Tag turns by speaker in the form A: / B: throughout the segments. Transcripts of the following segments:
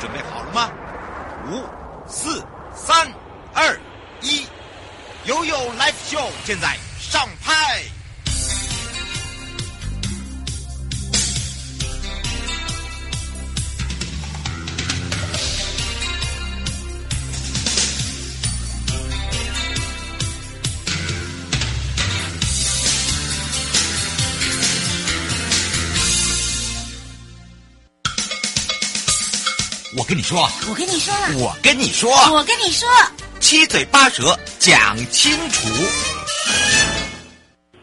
A: 准备好了吗？五、四、三、二、一，悠悠 live show 现在上拍。我跟你说，
B: 我跟你说了，
A: 我跟你说，
B: 我跟你说，
A: 七嘴八舌讲清楚。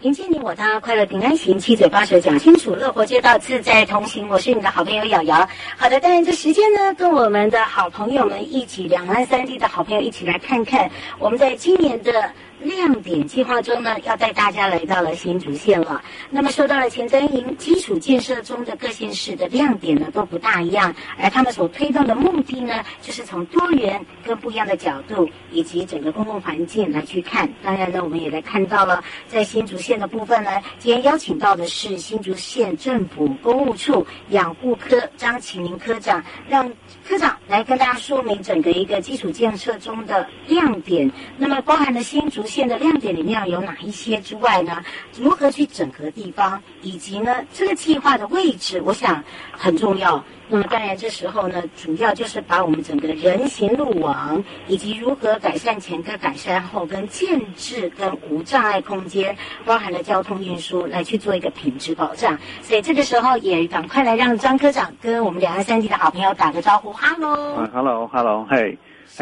C: 迎接你我他，快乐平安行，七嘴八舌讲清楚，乐活街道自在同行。我是你的好朋友瑶瑶。好的，当然这时间呢，跟我们的好朋友们一起，两岸三地的好朋友一起来看看，我们在今年的亮点计划中呢，要带大家来到了新竹县了。那么受到了前瞻营基础建设中的各县市的亮点呢，都不大一样，而他们所推动的目的呢，就是从多元跟不一样的角度，以及整个公共环境来去看。当然呢，我们也来看到了在新竹县的部分呢，今天邀请到的是新竹县政府公务处养护科张启明科长，让科长来跟大家说明整个一个基础建设中的亮点。那么包含了新竹县的亮点里面有哪一些之外呢？如何去整合地方，以及呢这个计划的位置，我想很重要。那么当然，这时候呢，主要就是把我们整个人行路网，以及如何改善前跟改善后，跟建制跟无障碍空间，包含了交通运输，来去做一个品质保障。所以这个时候也赶快来让张科长跟我们两岸三地的好朋友打个招呼，哈喽。
D: 啊，Hello，Hello，嘿，嘿，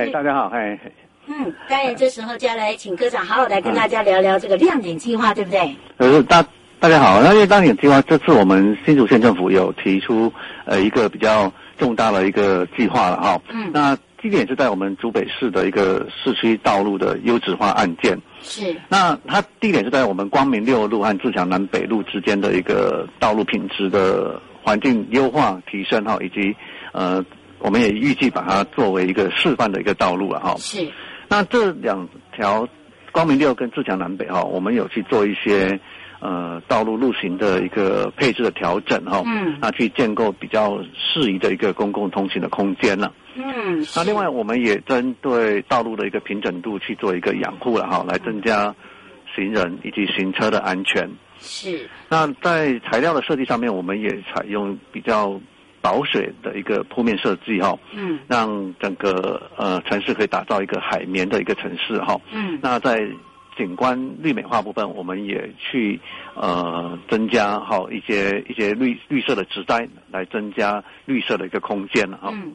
C: 是
D: 大家好，嘿，嘿，
C: 嗯，当然这时候就要来请科长好好来跟大家聊聊这个亮点计划，对不对？
D: 呃，大大家好。那因为当年计划，这次我们新竹县政府有提出呃一个比较重大的一个计划了哈。
C: 嗯
D: 那地点是在我们竹北市的一个市区道路的优质化案件。
C: 是，
D: 那它地点是在我们光明六路和自强南北路之间的一个道路品质的环境优化提升哈，以及呃，我们也预计把它作为一个示范的一个道路了哈。
C: 是，
D: 那这两条光明六跟自强南北哈、我们有去做一些呃道路路行的一个配置的调整哈、
C: 嗯
D: 那去建构比较适宜的一个公共通行的空间了、
C: 嗯，是
D: 那另外，我们也针对道路的一个平整度去做一个养护了哈、
C: 嗯
D: 来增加行人以及行车的安全。
C: 是，
D: 那在材料的设计上面，我们也采用比较保水的一个铺面设计哈、
C: 嗯
D: 让整个呃城市可以打造一个海绵的一个城市哈、
C: 嗯
D: 那在景观绿美化部分，我们也去呃增加哈、一些一些绿绿色的植栽，来增加绿色的一个空间哈、
C: 嗯，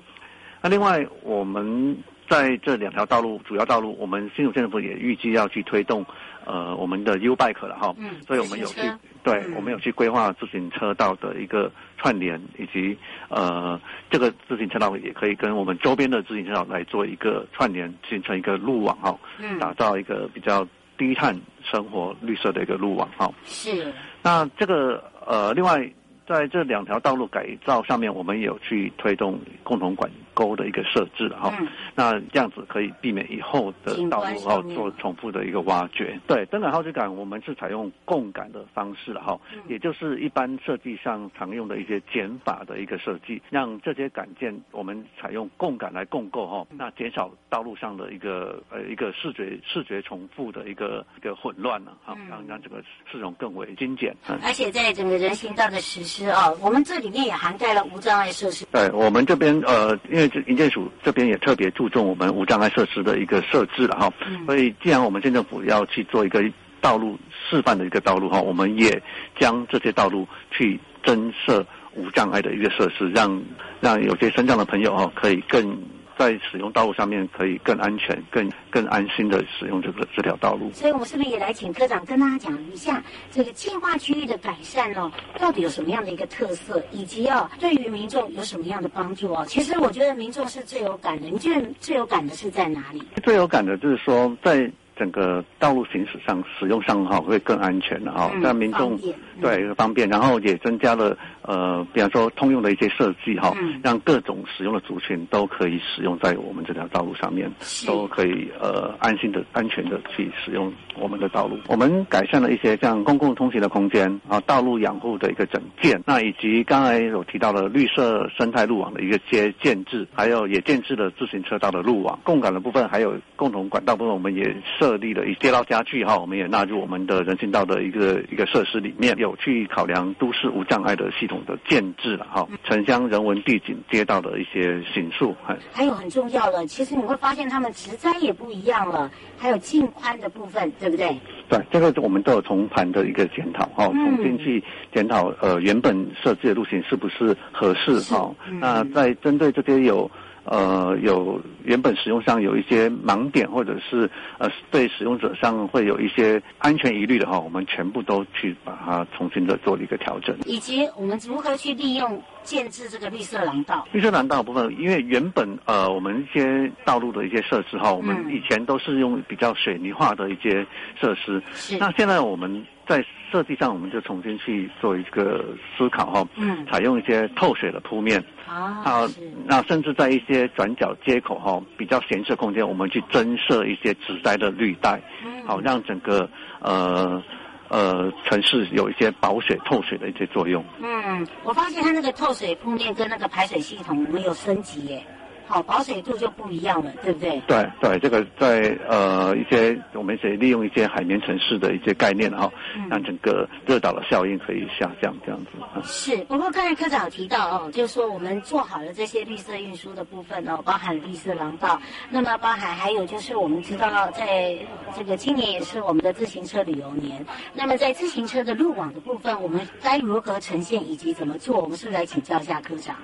D: 那另外，我们在这两条道路主要道路，我们新竹县政府也预计要去推动呃我们的 U Bike 了哈，
C: 嗯
D: 所以我们有去
C: 自行车
D: 对、
C: 嗯
D: 我们有去规划自行车道的一个串联，以及呃这个自行车道也可以跟我们周边的自行车道来做一个串联，形成一个路网哈，
C: 嗯
D: 打造一个比较低碳生活绿色的一个路网哈。
C: 是，
D: 那这个呃，另外在这两条道路改造上面，我们也有去推动共同管沟的一个设置哈、
C: 嗯
D: 那这样子可以避免以后的
C: 景
D: 道
C: 观
D: 路
C: 上
D: 后
C: 面
D: 做重复的一个挖掘。对，灯杆号志杆我们是采用共感的方式了哈、
C: 嗯
D: 也就是一般设计上常用的一些减法的一个设计，让这些杆件我们采用共感来共构哈、
C: 嗯
D: 那减少道路上的一个呃一个视觉视觉重复的一个一个混乱了、哈、
C: 嗯
D: 让让整个市容更为精简。嗯
C: 而且在整个人行道的实施哦，我们这里面也涵盖了无障碍设施。
D: 对我们这边呃，因为这营建署这边也特别注重我们无障碍设施的一个设置了哈，
C: 嗯
D: 所以既然我们县政府要去做一个道路示范的一个道路哈，我们也将这些道路去增设。无障碍的一个设施，让让有些身障的朋友哈、哦，可以更在使用道路上面可以更安全、更更安心的使用这个这条道路。
C: 所以，我们是不是也来请科长跟大家讲一下这个计划区域的改善哦，到底有什么样的一个特色，以及哦，对于民众有什么样的帮助哦？其实我觉得民众是最有感的，你觉得最有感的是在哪里？
D: 最有感的就是说，在整个道路行驶上、使用上哈、会更安全的哈、
C: 嗯
D: 让民众
C: 方便嗯
D: 对方便，然后也增加了呃，比方说通用的一些设计哈、
C: 嗯
D: 让各种使用的族群都可以使用在我们这条道路上面，
C: 是
D: 都可以呃安心的、安全的去使用我们的道路。我们改善了一些像公共通行的空间啊，道路养护的一个整建，那以及刚才有提到的绿色生态路网的一个接建制，还有也建制了自行车道的路网。共感的部分还有共同管道部分，我们也设立了一街道家具哈，我们也纳入我们的人行道的一个一个设施里面，有去考量都市无障碍的系统的建制了哈，城乡人文地景街道的一些形塑。哎
C: 还有很重要了，其实你会发现他们植栽也不一样了，还有净宽的部分，对不对？
D: 对，这个我们都有重盘的一个检讨哈，
C: 嗯
D: 重新去检讨呃原本设计的路线是不是合适
C: 是
D: 哈
C: 嗯。
D: 那在针对这些有呃有原本使用上有一些盲点，或者是呃对使用者上会有一些安全疑虑的哈，哦我们全部都去把它重新的做了一个调整。
C: 以及我们如何去利用建制这个绿色廊道。
D: 绿色廊道的部分，因为原本呃我们一些道路的一些设施哈，我们
C: 嗯
D: 以前都是用比较水泥化的一些设施，
C: 是，
D: 那现在我们在设计上，我们就重新去做一个思考哈、
C: 嗯，
D: 采用一些透水的铺面
C: 啊
D: 啊
C: 是，
D: 那甚至在一些转角接口哈、比较闲置的空间，我们去增设一些植栽的绿带，
C: 嗯
D: 好、让整个呃呃城市有一些保水透水的一些作用。
C: 嗯，我发现它那个透水铺面跟那个排水系统我们有升级耶，好，保水度就不一样了，对不对？
D: 对对，这个在呃一些我们也利用一些海绵城市的一些概念哈、
C: 嗯
D: 让整个热岛的效应可以下降这样子。啊
C: 是，不过刚才科长有提到哦，就是说我们做好了这些绿色运输的部分哦，包含绿色廊道，那么包含还有就是我们知道，在这个今年也是我们的自行车旅游年，那么在自行车的路网的部分，我们该如何呈现以及怎么做，我们是不是来请教一下科长？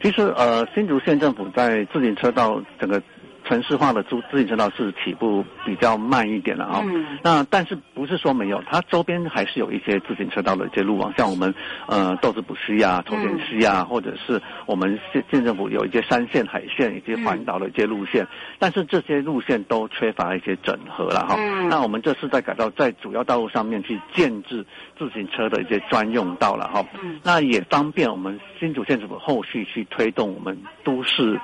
D: 其实呃，新竹县政府在自行车道整个城市化的自自行车道是起步比较慢一点了啊、
C: 嗯
D: 那但是不是说没有，它周边还是有一些自行车道的一些路网，像我们呃豆子埔溪啊、头
C: 嗯
D: 前溪啊，或者是我们县县政府有一些山线、海线以及环岛的一些路线，但是这些路线都缺乏一些整合了哈、
C: 嗯
D: 那我们这次在改造在主要道路上面去建制自行车的一些专用道了哈、
C: 嗯
D: 那也方便我们新竹县政府后续去推动我们都市。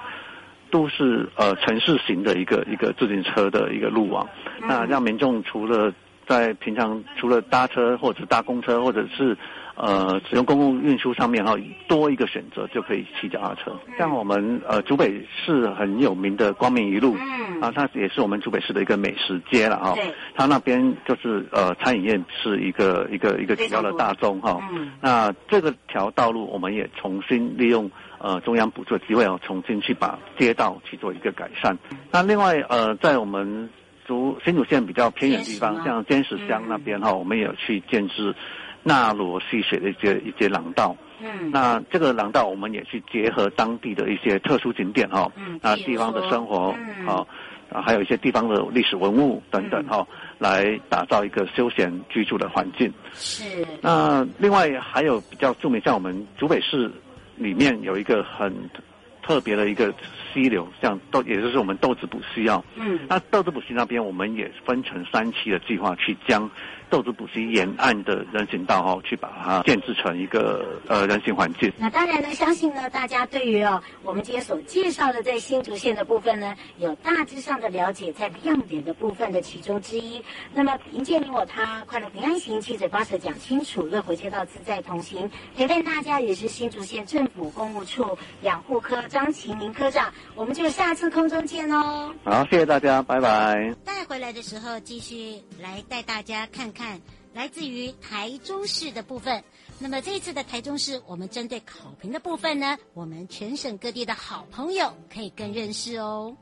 D: 都市呃城市型的一个一个自行车的一个路网，
C: 嗯
D: 那让民众除了在平常除了搭车或者搭公车或者是呃使用公共运输上面哈、多一个选择就可以骑脚踏车。
C: 嗯
D: 像我们呃竹北市很有名的光明一路
C: 嗯
D: 啊，它也是我们竹北市的一个美食街了哈、啊
C: 对
D: 它那边就是呃餐饮业是一个一个一个主要的大众哈、
C: 嗯
D: 那这个条道路，我们也重新利用呃中央补助的机会哦，重新去把街道去做一个改善。那另外呃，在我们竹新竹县比较偏远地
C: 尖
D: 方，
C: 石吗
D: 像尖石乡那边哈、我们也有去建制纳罗戏水的一些一些廊道。
C: 嗯，
D: 那这个廊道我们也去结合当地的一些特殊景点哈、
C: 嗯
D: 那
C: 比
D: 地
C: 如
D: 方的
C: 说
D: 生活
C: 嗯
D: 啊，啊还有一些地方的历史文物等等哈、来打造一个休闲居住的环境。
C: 是，
D: 那另外还有比较著名，像我们竹北市里面有一个很特别的一个溪流，像豆，也就是我们豆子埔溪啊。
C: 嗯
D: 那豆子埔溪那边，我们也分成三期的计划，去将豆子埔溪沿岸的人行道哦，去把它建制成一个呃人行环境。
C: 那当然呢，相信呢，大家对于哦我们今天所介绍的在新竹县的部分呢，有大致上的了解，在亮点的部分的其中之一。那么迎接你我他，快乐平安行，七嘴八舌讲清楚，乐活街道自在同行，陪伴大家也是新竹县政府公务处养护科张启明科长，我们就下次空中见哦。
D: 好，谢谢大家，拜拜。
E: 带回来的时候，继续来带大家看看来自于台中市的部分。那么这一次的台中市，我们针对考评的部分呢，我们全省各地的好朋友可以更认识哦。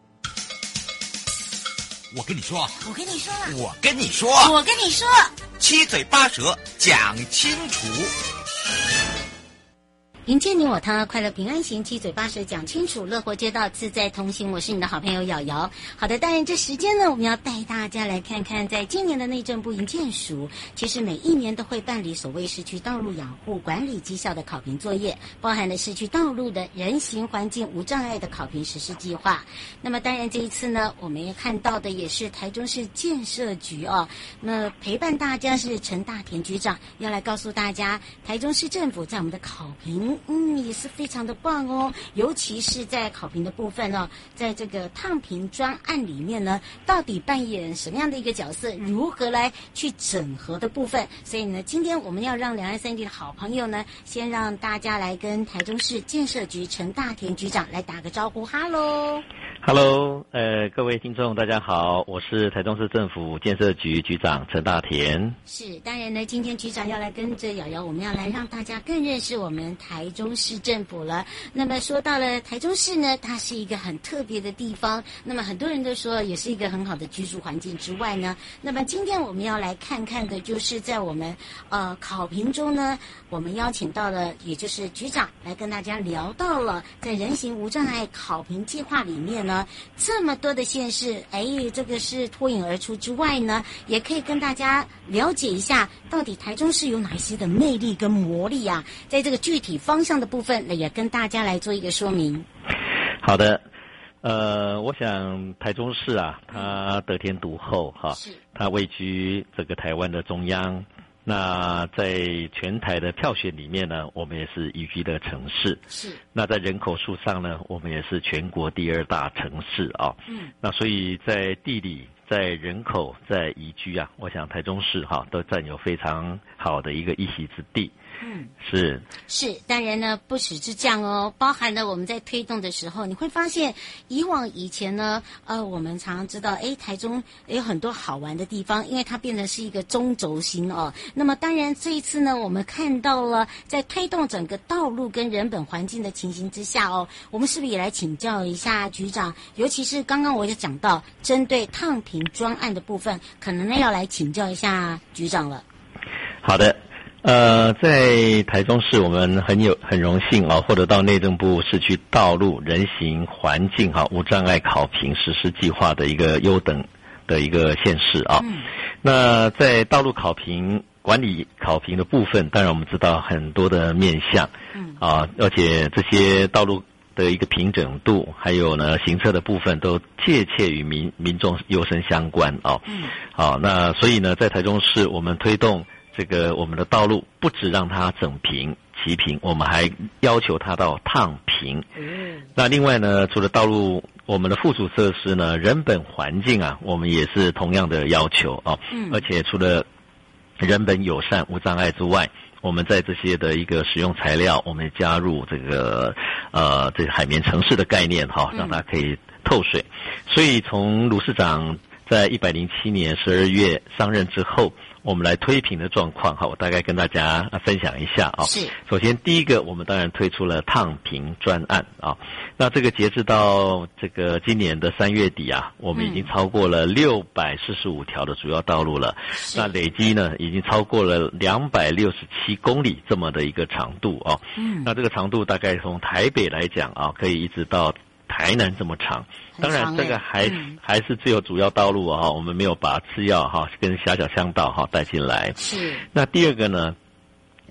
A: 我跟你说，
E: 我跟你说，
A: 我跟你说，
E: 我跟你说，
A: 七嘴八舌讲清楚。
C: 迎接你我他，快乐平安行，七嘴八舌讲清楚，乐活街道自在同行。我是你的好朋友瑶瑶。好的，当然这时间呢，我们要带大家来看看，在今年的内政部营建署，其实每一年都会办理所谓市区道路养护管理绩效的考评作业，包含了市区道路的人行环境无障碍的考评实施计划。那么当然这一次呢，我们也看到的也是台中市建设局哦，那陪伴大家是陈大田局长要来告诉大家，台中市政府在我们的考评，嗯，也是非常的棒哦，尤其是在考评的部分哦，在这个烫评专案里面呢，到底扮演什么样的一个角色，如何来去整合的部分，所以呢，今天我们要让两岸三地的好朋友呢，先让大家来跟台中市建设局陈大田局长来打个招呼，哈喽。
F: Hello，呃，各位听众，大家好，我是台中市政府建设局局长陈大田。
C: 是，当然呢，今天局长要来跟着瑶瑶，我们要来让大家更认识我们台中市政府了。那么说到了台中市呢，它是一个很特别的地方，那么很多人都说也是一个很好的居住环境之外呢，那么今天我们要来看看的就是在我们呃考评中呢，我们邀请到了也就是局长来跟大家聊到了在人行无障碍考评计划里面呢，这么多的县市，哎，这个是脱颖而出之外呢，也可以跟大家了解一下，到底台中市有哪一些的魅力跟魔力啊？在这个具体方向的部分，那也跟大家来做一个说明。
F: 好的，呃，我想台中市啊，它得天独厚哈、
C: 是
F: 它位居这个台湾的中央。那在全台的票选里面呢，我们也是宜居的城市。
C: 是，
F: 那在人口数上呢，我们也是全国第二大城市啊、
C: 嗯，
F: 那所以在地理、在人口、在宜居啊，我想台中市哈、都占有非常好的一个一席之地。
C: 嗯，
F: 是
C: 是，当然呢，不只是这样哦，包含了我们在推动的时候，你会发现，以往以前呢，呃，我们常常知道，哎，台中有很多好玩的地方，因为它变成是一个中轴心哦。那么，当然这一次呢，我们看到了在推动整个道路跟人本环境的情形之下哦，我们是不是也来请教一下局长？尤其是刚刚我就讲到，针对烫平专案的部分，可能呢要来请教一下局长了。
F: 好的。呃，在台中市，我们很有很荣幸啊，获得到内政部市区道路人行环境哈、无障碍考评实施计划的一个优等的一个县市啊。
C: 嗯，
F: 那在道路考评管理考评的部分，当然我们知道很多的面向，
C: 嗯
F: 啊，而且这些道路的一个平整度，还有呢行车的部分，都切切与民民众优生相关啊。
C: 嗯，
F: 好，那所以呢，在台中市，我们推动这个我们的道路，不只让它整平、齐平，我们还要求它到烫平。
C: 嗯
F: 那另外呢，除了道路，我们的附属设施呢，人本环境啊，我们也是同样的要求啊。
C: 嗯
F: 而且除了人本友善、无障碍之外，我们在这些的一个使用材料，我们也加入这个呃这个海绵城市的概念哈、
C: 嗯
F: 让它可以透水。所以从卢市长在一百零七年十二月上任之后，我们来推评的状况哈，我大概跟大家啊分享一下啊。
C: 是，
F: 首先，第一个，我们当然推出了烫平专案啊。那这个截至到这个今年的三月底啊，我们已经
C: 嗯
F: 超过了六百四十五条的主要道路了。
C: 是
F: 那累积呢，已经超过了两百六十七公里这么的一个长度啊。
C: 嗯，
F: 那这个长度大概从台北来讲啊，可以一直到台南这么长。
C: 很
F: 当然
C: 长，
F: 这
C: 欸
F: 个还、
C: 嗯
F: 还是只有主要道路啊，我们没有把次要哈、跟狭小巷道哈、带进来。
C: 是。
F: 那第二个呢，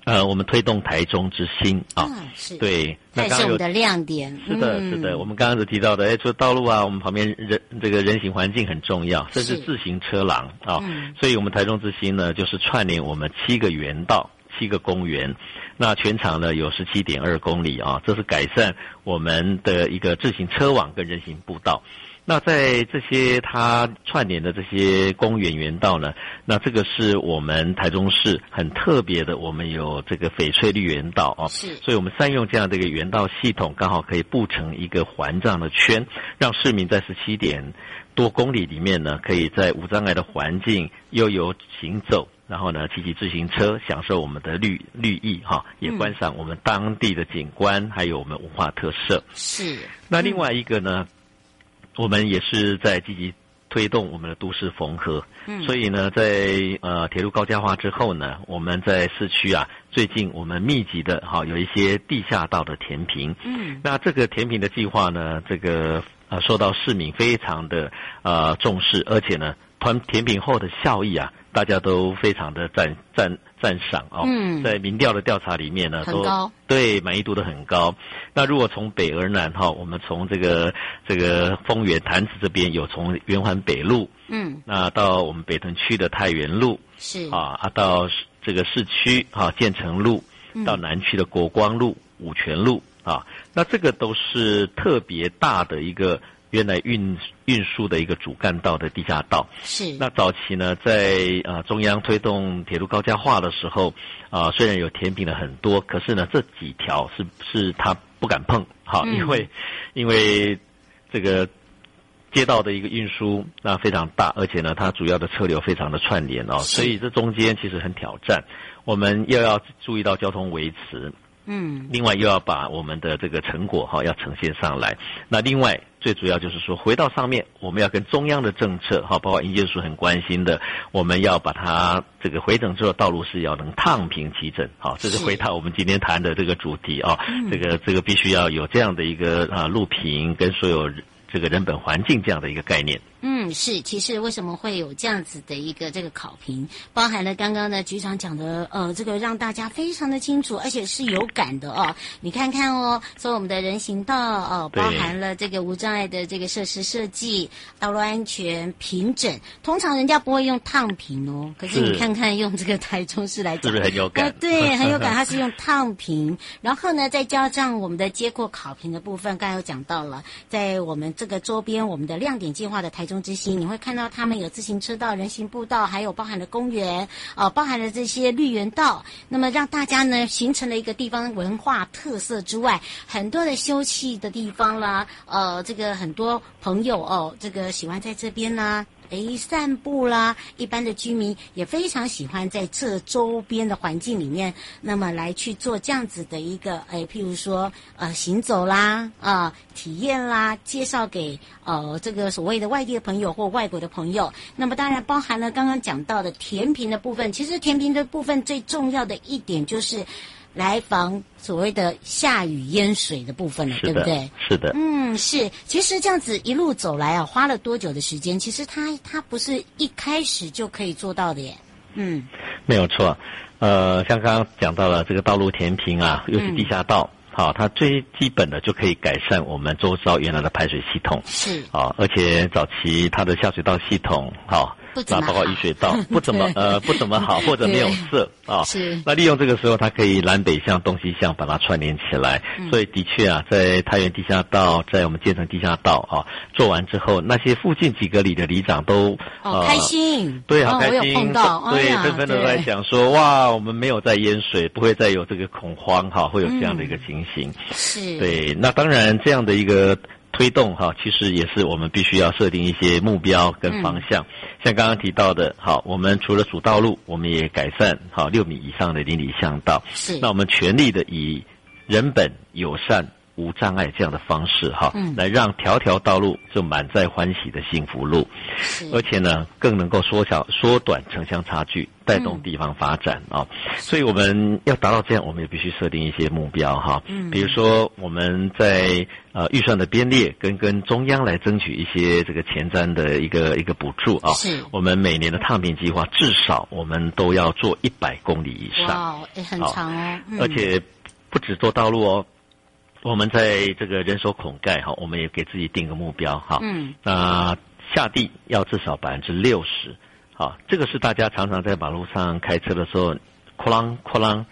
F: 呃，我们推动台中之星啊，
C: 嗯，是，
F: 对，那
C: 这
F: 刚
C: 是我们
F: 刚有
C: 的亮点。
F: 是的，
C: 嗯
F: 是的，我们刚刚所提到的，哎，除了道路啊，我们旁边人这个人行环境很重要，甚至
C: 是
F: 自行车廊啊，
C: 嗯
F: 所以我们台中之星呢，就是串联我们七个园道。七个公园，那全长呢有十七点二公里啊，这是改善我们的一个自行车网跟人行步道。那在这些它串联的这些公园园道呢，那这个是我们台中市很特别的，我们有这个翡翠绿园道啊，
C: 是
F: 所以我们善用这样的一个园道系统，刚好可以布成一个环状的圈，让市民在十七点多公里里面呢，可以在无障碍的环境悠游行走，然后呢骑骑自行车，享受我们的绿绿意哈，也
C: 嗯
F: 观赏我们当地的景观，还有我们文化特色。
C: 是
F: 那另外一个呢，我们也是在积极推动我们的都市缝合。嗯，所以呢，在呃铁路高架化之后呢，我们在市区啊，最近我们密集的哈、有一些地下道的填平。
C: 嗯，
F: 那这个填平的计划呢，这个呃受到市民非常的呃重视，而且呢，团填平后的效益啊，大家都非常的赞赞赞赏哦。
C: 嗯
F: 在民调的调查里面呢，
C: 很
F: 都
C: 高
F: 对满意度都很高。那如果从北而南哈、我们从这个这个丰原潭子这边有从圆环北路，
C: 嗯，
F: 那到我们北屯区的太原路
C: 是，
F: 啊，啊到市这个市区啊建成路，到南区的国光路、五泉路啊，那这个都是特别大的一个原来运运输的一个主干道的地下道。
C: 是，
F: 那早期呢，在呃中央推动铁路高架化的时候，啊、虽然有填平了很多，可是呢，这几条是是他不敢碰，好，
C: 嗯
F: 因为因为这个街道的一个运输那非常大，而且呢，它主要的车流非常的串联哦，所以这中间其实很挑战，我们又要注意到交通维持，
C: 嗯，
F: 另外又要把我们的这个成果哈、要呈现上来。那另外最主要就是说，回到上面，我们要跟中央的政策哈、包括营建署很关心的，我们要把它这个回整之后道路是要能烫平齐整，好、这是
C: 是
F: 回到我们今天谈的这个主题啊、这个这个必须要有这样的一个啊路平跟所有这个人本环境这样的一个概念。
C: 嗯，是，其实为什么会有这样子的一个这个考评，包含了刚刚呢局长讲的，呃，这个让大家非常的清楚，而且是有感的哦。你看看哦，说我们的人行道哦，
F: 对
C: 包含了这个无障碍的这个设施设计、道路安全平整，通常人家不会用烫平哦，可是
F: 是
C: 你看看用这个台中市来
F: 是
C: 讲
F: 不，是很有感？
C: 呃， 对，很有感，它是用烫平，然后呢，再加上我们的接过考评的部分，刚才有讲到了，在我们这个周边，我们的亮点计划的台中之星，你会看到他们有自行车道、人行步道，还有包含了公园，呃， 包含了这些绿园道，那么让大家呢形成了一个地方文化特色之外，很多的休憩的地方啦，呃，这个很多朋友哦，这个喜欢在这边啦。诶，散步啦，一般的居民也非常喜欢在这周边的环境里面，那么来去做这样子的一个，诶，譬如说，呃，行走啦，啊、体验啦，介绍给呃这个所谓的外地的朋友或外国的朋友。那么当然包含了刚刚讲到的填平的部分，其实填平的部分最重要的一点就是来防所谓的下雨淹水的部分了，对
F: 是
C: 不
F: 的
C: 对？，
F: 是的。
C: 嗯，是。其实这样子一路走来啊，花了多久的时间？其实他他不是一开始就可以做到的耶。嗯，
F: 没有错，呃，像刚刚讲到了这个道路填平啊，尤其地下道，
C: 嗯
F: 好、它最基本的就可以改善我们周遭原来的排水系统，
C: 是
F: 啊、而且早期它的下水道系统，好、
C: 不怎
F: 那
C: 么
F: 包括
C: 好
F: 雨水道 不怎么呃不怎么好，或者没有色啊、
C: 是
F: 那利用这个时候，它可以南北向、东西向把它串联起来。
C: 嗯
F: 所以的确啊，在太原地下道，在我们建成地下道啊，做完之后，那些附近几个里的里长都
C: 哦，
F: 呃
C: 开心。
F: 对，
C: 哦
F: 啊好开
C: 我有
F: 心，
C: 碰到，哎
F: 对，
C: 呀
F: 纷纷的在
C: 对
F: 讲说，哇，我们没有在淹水，不会再有这个恐慌哈，会有这样的一个情
C: 嗯
F: 形。
C: 是，
F: 对，那当然这样的一个推动哈，其实也是我们必须要设定一些目标跟方向。
C: 嗯
F: 像刚刚提到的，好，我们除了主道路，我们也改善好六米以上的邻里巷道。
C: 是
F: 那我们全力的以人本友善。无障碍这样的方式哈，
C: 嗯
F: 来让条条道路就满载欢喜的幸福路。
C: 是
F: 而且呢，更能够缩小、缩短城乡差距，带动地方发展啊、
C: 嗯
F: 所以我们要达到这样，我们也必须设定一些目标哈。
C: 嗯
F: 比如说我们在呃预算的编列跟跟中央来争取一些这个前瞻的一个一个补助啊。
C: 是
F: 我们每年的烫平计划至少我们都要做一百公里以上。
C: 哇，哎，很
F: 好
C: 长哦，嗯
F: 而且不止做道路哦，我们在这个人手孔盖哈，我们也给自己定个目标哈。
C: 嗯，
F: 那下地要至少百分之六十，好，这个是大家常常在马路上开车的时候，哐啷哐啷，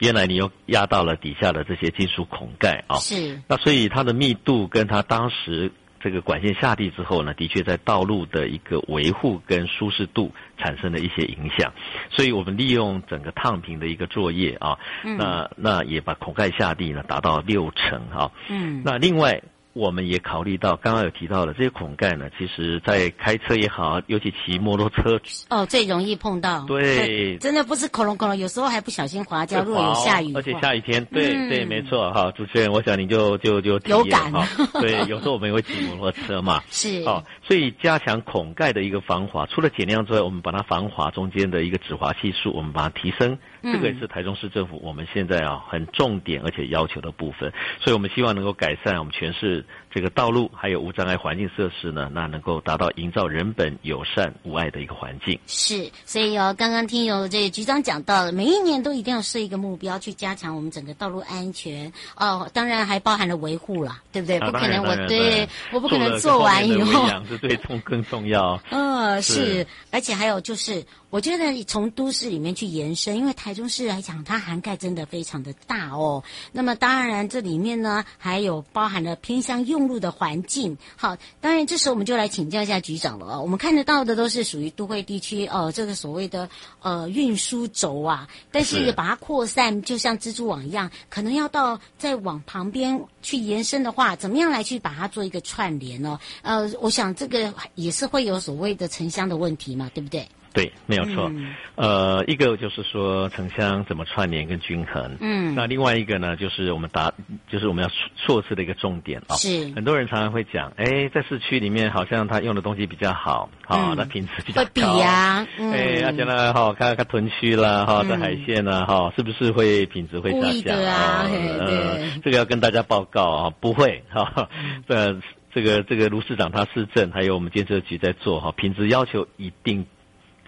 F: 原来你又压到了底下的这些金属孔盖啊。
C: 是
F: 那所以它的密度跟它当时这个管线下地之后呢，的确在道路的一个维护跟舒适度产生了一些影响。所以我们利用整个烫平的一个作业
C: 嗯
F: 啊，那那也把孔盖下地呢达到六成啊。
C: 嗯
F: 那另外我们也考虑到刚刚有提到的这些孔盖呢，其实在开车也好，尤其骑摩托车
C: 哦，最容易碰到。
F: 对
C: 真的不是恐龙恐龙，有时候还不小心滑跤。
F: 会
C: 如果有
F: 滑哦
C: 下雨的话，
F: 而且下雨天，对、
C: 嗯
F: 对，没错哈。主持人，我想你就就就体验
C: 有感
F: 哈，对，有时候我们也会骑摩托车嘛。
C: 是
F: 哦，所以加强孔盖的一个防滑，除了减量之外，我们把它防滑中间的一个止滑系数，我们把它提升。
C: 嗯
F: 这个也是台中市政府我们现在啊很重点而且要求的部分，所以我们希望能够改善我们全市这个道路还有无障碍环境设施呢，那能够达到营造人本友善无碍的一个环境。
C: 是，所以哦，刚刚听有这个局长讲到了，每一年都一定要设一个目标，去加强我们整个道路安全。哦，当然还包含了维护啦，对不对？
F: 啊
C: 不
F: 当
C: 可
F: 然
C: 能我
F: 当然当
C: 对
F: 然，
C: 我不可能
F: 了
C: 做
F: 后
C: 完
F: 面
C: 以
F: 的
C: 后
F: 维，养是对重更重要。
C: 嗯，是
F: 是，
C: 而且还有就是，我觉得从都市里面去延伸，因为台中市来讲，它涵盖真的非常的大哦。那么当然，这里面呢还有包含了偏向用路的环境。好，当然这时候我们就来请教一下局长了哦。我们看得到的都是属于都会地区，呃，这个所谓的呃运输轴啊，但是
F: 是
C: 把它扩散，就像蜘蛛网一样，可能要到再往旁边去延伸的话，怎么样来去把它做一个串联哦？呃，我想这个也是会有所谓的城乡的问题嘛，对不对？
F: 对，没有错。
C: 嗯
F: 呃，一个就是说城乡怎么串联跟均衡。
C: 嗯
F: 那另外一个呢，就是我们达，就是我们要措措施的一个重点啊、
C: 是
F: 很多人常常会讲，哎，在市区里面好像他用的东西比较好，
C: 嗯
F: 好、那品质比较
C: 会
F: 高。
C: 比呀、嗯，
F: 哎，而且呢，哈，看看屯区啦，哈，在海线啦，哈，是不是会品质会下
C: 故意
F: 降
C: 的啊嘿
F: 呃
C: 对，
F: 这个要跟大家报告啊，不会哈， 呃，这个这个卢市长他市政还有我们建设局在做哈，品质要求一定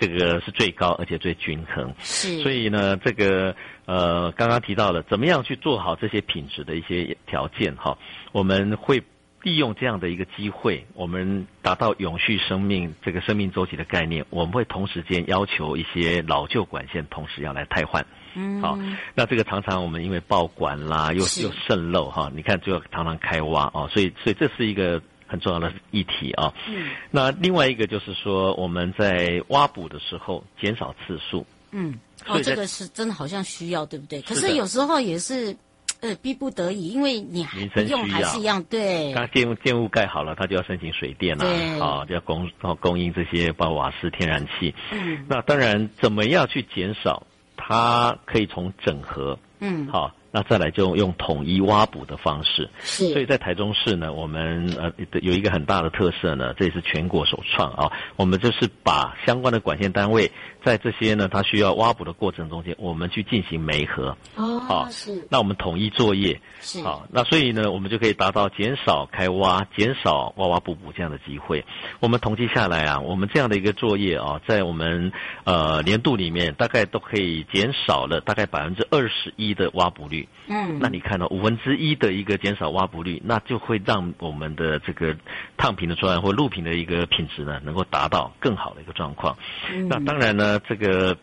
F: 这个是最高而且最均衡。
C: 是，
F: 所以呢，这个呃，刚刚提到了怎么样去做好这些品质的一些条件哈，我们会利用这样的一个机会，我们达到永续生命这个生命周期的概念，我们会同时间要求一些老旧管线同时要来汰换。
C: 嗯
F: 好，那这个常常我们因为爆管啦，又
C: 是
F: 又渗漏哈，你看就常常开挖哦，所以所以这是一个很重要的议题啊、
C: 嗯
F: 那另外一个就是说，我们在挖补的时候减少次数。
C: 嗯，
F: 所
C: 哦，
F: 以在
C: 这个是真的好像需要，对不对？可
F: 是
C: 是
F: 的
C: 有时候也是，呃，逼不得已，因为你还
F: 民生需要
C: 用还是一样，对，
F: 它建物建物盖好了，它就要申请水电啊
C: 对，
F: 啊，就要供哦供应这些包括瓦斯、天然气。
C: 嗯
F: 那当然，怎么样去减少？它可以从整合，
C: 嗯，
F: 好、那再来就用统一挖补的方式。所以
C: 是，
F: 在台中市呢，我们呃有一个很大的特色呢，这也是全国首创啊。我们就是把相关的管线单位在这些呢，它需要挖补的过程中间，我们去进行媒合，
C: 哦
F: 好，
C: 是
F: 那我们统一作业，
C: 是，
F: 好，那所以呢，我们就可以达到减少开挖、减少挖挖补补这样的机会。我们统计下来啊，我们这样的一个作业啊，在我们呃年度里面，大概都可以减少了大概百分之二十一的挖补率。
C: 嗯，
F: 那你看到、五分之一的一个减少挖补率，那就会让我们的这个烫平的专案或路平的一个品质呢，能够达到更好的一个状况。
C: 嗯
F: 那当然呢，这个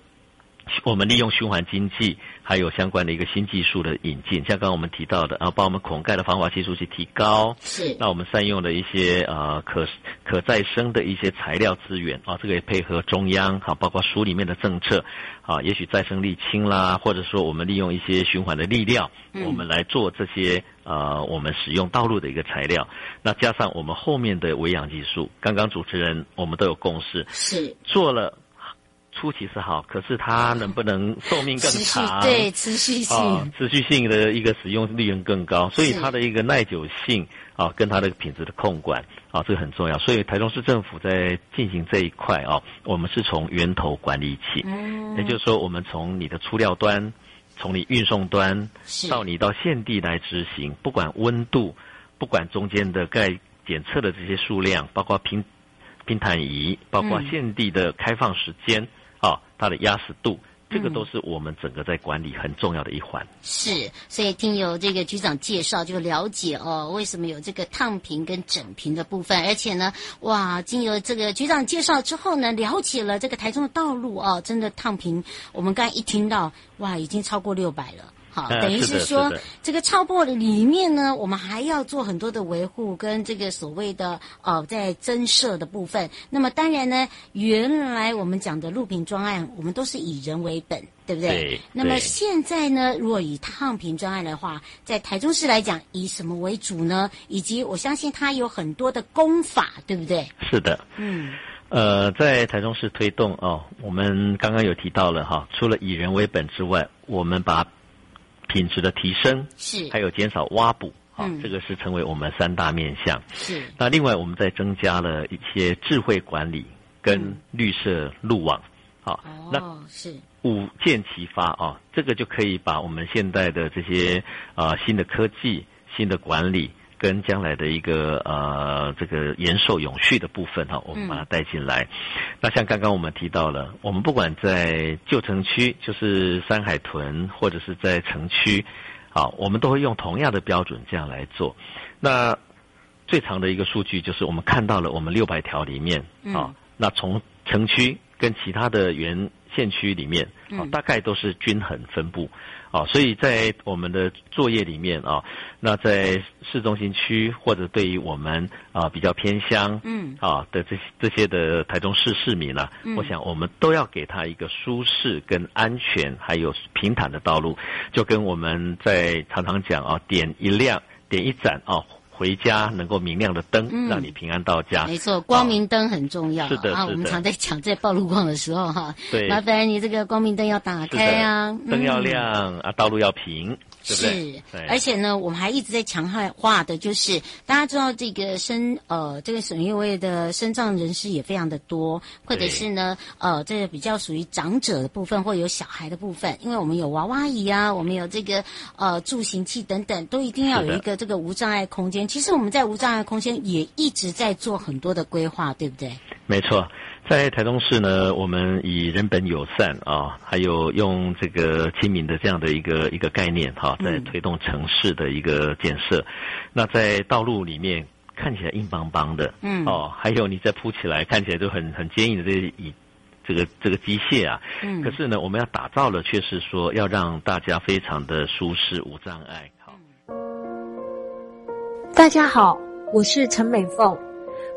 F: 我们利用循环经济，还有相关的一个新技术的引进，像刚刚我们提到的啊，把我们孔盖的防滑系数去提高。
C: 是，
F: 那我们善用了一些呃可可再生的一些材料资源啊，这个也配合中央哈、啊，包括书里面的政策啊，也许再生沥青啦，或者说我们利用一些循环的力量，
C: 嗯
F: 我们来做这些呃我们使用道路的一个材料。那加上我们后面的维养技术，刚刚主持人我们都有共识，
C: 是。
F: 做了初期是好，可是它能不能寿命更
C: 持续
F: 长？
C: 对持续性、
F: 啊，持续性的一个使用利润更高，所以它的一个耐久性啊，跟它的品质的控管啊，这个很重要。所以台中市政府在进行这一块啊，我们是从源头管理起，
C: 嗯
F: 也就是说，我们从你的出料端，从你运送端
C: 是，
F: 到你到现地来执行，不管温度，不管中间的盖检测的这些数量，包括平平坦仪，包括
C: 嗯
F: 现地的开放时间啊，它的压实度。这个
C: 嗯
F: 都是我们整个在管理很重要的一环。
C: 是，所以听由这个局长介绍，就了解哦，为什么有这个烫平跟整平的部分，而且呢，哇，经由这个局长介绍之后呢，了解了这个台中的道路哦，真的烫平，我们刚才一听到，哇，已经超过六百了。好，
F: 呃
C: 等于
F: 是的
C: 说
F: 是的
C: 这个超薄里面呢，我们还要做很多的维护跟这个所谓的呃在增设的部分。那么当然呢，原来我们讲的录屏专案，我们都是以人为本，对不对？
F: 对
C: 那么
F: 对
C: 现在呢，如果以烫屏专案的话，在台中市来讲，以什么为主呢？以及我相信它有很多的功法，对不对？
F: 是的，
C: 嗯，
F: 呃，在台中市推动哦，我们刚刚有提到了哈、除了以人为本之外，我们把品质的提升，
C: 是
F: 还有减少挖补，啊、
C: 嗯
F: 这个是成为我们三大面向。
C: 是
F: 那另外，我们再增加了一些智慧管理跟绿色路网，好、那
C: 哦，是
F: 五箭齐发啊，这个就可以把我们现代的这些呃新的科技、新的管理跟将来的一个呃这个延寿永续的部分哈、啊我们把它带进来。那像刚刚我们提到了，我们不管在旧城区，就是山海屯，或者是在城区，好，我们都会用同样的标准这样来做。那最长的一个数据就是我们看到了我们六百条里面
C: 嗯
F: 啊，那从城区跟其他的原县区里面啊
C: 嗯，
F: 大概都是均衡分布啊，所以在我们的作业里面啊，那在市中心区或者对于我们啊比较偏乡
C: 嗯
F: 啊的这些这些的台中市市民呢、啊
C: 嗯
F: 我想我们都要给他一个舒适、跟安全，还有平坦的道路，就跟我们在常常讲啊，点一亮、点一盏啊，回家能够明亮的灯，
C: 嗯
F: 让你平安到家。
C: 没错，光明灯很重要。
F: 啊哦是的
C: 啊，
F: 是的
C: 我们常在讲在暴露光的时候哈，
F: 对
C: 麻烦你这个光明灯要打
F: 是
C: 开啊
F: 的，，灯要
C: 嗯。
F: 亮、啊，道路要平，对不
C: 是
F: 对？对，
C: 而且呢，我们还一直在强化的就是，大家知道这个身呃，这个损越位的身障人士也非常的多，或者
F: 对
C: 是呢，呃，这个比较属于长者的部分，或有小孩的部分，因为我们有娃娃椅啊，我们有这个呃助行器等等，都一定要
F: 是
C: 有
F: 的
C: 一个这个无障碍空间。其实我们在无障碍空间也一直在做很多的规划，对不对？
F: 没错，在台中市呢，我们以人本友善啊，还有用这个亲民的这样的一个一个概念哈、在
C: 嗯
F: 推动城市的一个建设。那在道路里面看起来硬邦邦的，
C: 嗯
F: 哦，还有你再铺起来看起来就很很坚硬的这些椅。这个这个机械啊，
C: 嗯
F: 可是呢，我们要打造的却是说要让大家非常的舒适无障碍。好，
G: 大家好，我是陈美凤。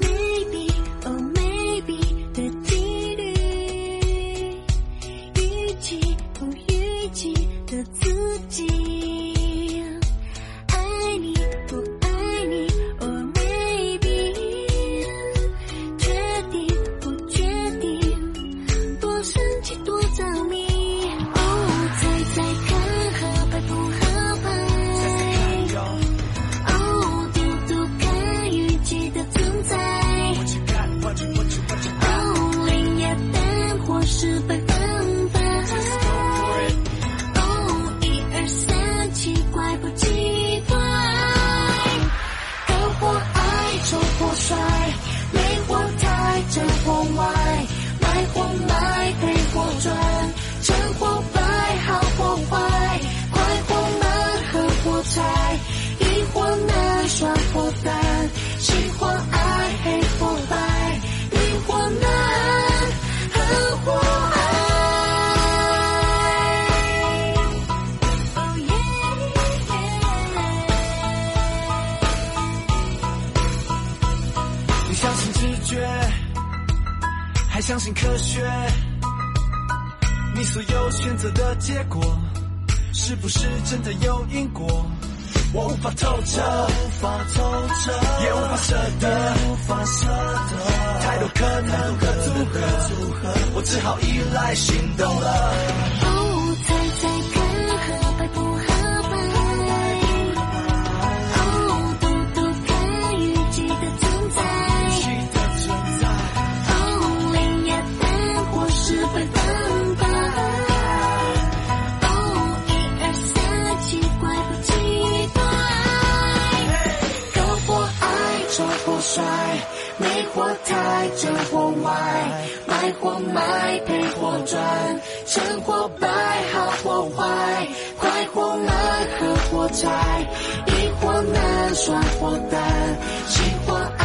H: Maybe, oh maybe 的几率，预期不预期的自己，爱你不爱你，oh maybe，确定不确定，多神奇多着迷。哦，猜猜看好拍不好拍？哦，读读看运气的存在。哦，零夜单或是百分百。哦，一二三，奇怪不奇怪？高或矮，丑或帅，美或呆，正或歪，买或卖，赔或赚，成或败，好或坏，快或慢，狠或菜，疑或难，爽或淡，喜或爱，黑或白，明或难，恨或爱。Oh yeah, yeah.
I: 你相信直觉，还相信科学？你所有选择的结果，是不是真的有因果？我无法透彻，无法透彻，也无法舍得，无法舍得，太多可能和组合，我只好依赖行动了。
H: 哦，猜猜看，
I: 破摔，没哎活太真或歪，买或卖赔或赚，成或败好或坏，快或慢和或窄，易或难爽或淡，喜或。